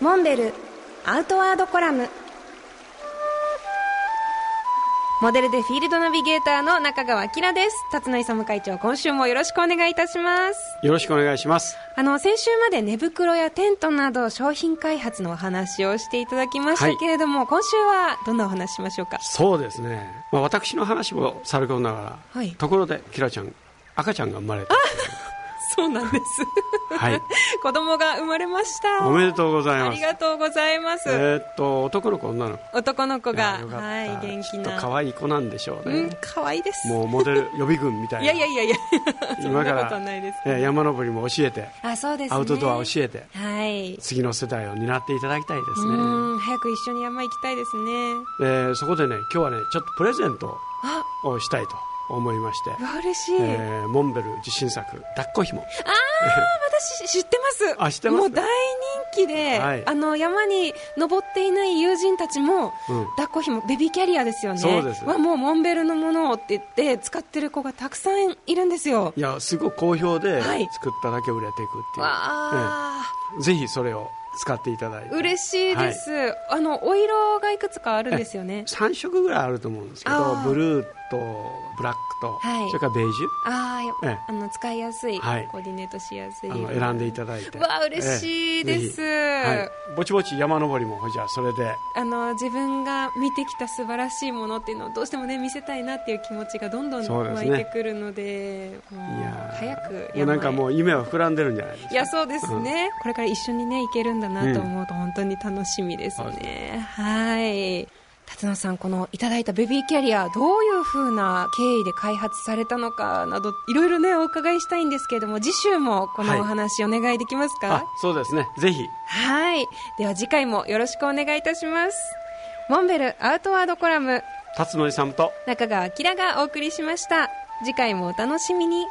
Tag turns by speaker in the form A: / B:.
A: モンベルアウトワードコラムモデルでフィールドナビゲーターの中川明です辰野勇会長今週もよろしくお願いいたします
B: よろしくお願いします
A: あの先週まで寝袋やテントなど商品開発のお話をしていただきましたけれども、今週はどんなお話しましょうか
B: そうですね、まあ、私の話もさることながら、
A: はい
B: ところでキラちゃん赤ちゃんが生まれた
A: そうなんです
B: はい
A: 子供が生まれました
B: おめでとうござい
A: あ
B: ま
A: り
B: す
A: がとうございます、
B: えーっと男の子女の子
A: 男の子が
B: いやよかった
A: はい元気
B: きっ
A: な
B: と可愛い子なんでしょうね、
A: うん可愛いです
B: もうモデル予備軍みたいない
A: やいやいやいやそん
B: 今か
A: な
B: ら
A: ことないです、
B: えー山登りも教えて、
A: あそうですね
B: アウトドア教えて
A: はい
B: 次の世代を担っていただきたいですね、
A: うん早く一緒に山行きたいですね
B: えーそこでね今日はねちょっとプレゼント
A: あ
B: をしたいと思いまして、
A: うわ嬉しい、
B: えーモンベル自信作抱っこ紐
A: ああ私知ってます
B: あ知ってます
A: もう大人気で、
B: はい
A: あの山に登っていない友人たちも、
B: うん
A: 抱っこひもベビーキャリアですよね
B: そうです
A: はもうモンベルのものをって言って使ってる子がたくさんいるんですよ
B: いやすごく好評で
A: はい
B: 作っただけ売れていくっていう、
A: わあ、
B: ええぜひそれを使っていただいて
A: 嬉しいです、あのお色がいくつかあるんですよね
B: 3色ぐらいあると思うんですけど
A: あー
B: ブルーとブラックと、
A: はい
B: それからベージ
A: ああやっぱ
B: ええ
A: あの使いやすい、
B: はい
A: コーディネートしやすい
B: ュあの選んでいただいて
A: わあ嬉しいです
B: ええぜひはい、ぼちぼち山登りもじゃあそれで
A: あの自分が見てきた素晴らしいものっていうのをどうしてもね見せたいなっていう気持ちがどんどん
B: そうです
A: 湧
B: ね
A: いてくるのでもう
B: いやー
A: 早く
B: もうなんかも
A: う
B: う夢は膨らんでるんじゃないですか
A: いやそうですね、これから一緒にね行けるんだなと思うと本当に楽しみですね、はい辰野さんこのいただいたベビーキャリアどういうふうな経緯で開発されたのかなどいろいろねお伺いしたいんですけれども次週もこのお話お願いできますか、
B: あそうですねぜひ
A: はい。では次回もよろしくお願いいたします。モンベルアウトワードコラム、
B: 辰野勇と
A: 中川明がお送りしました。次回もお楽しみに。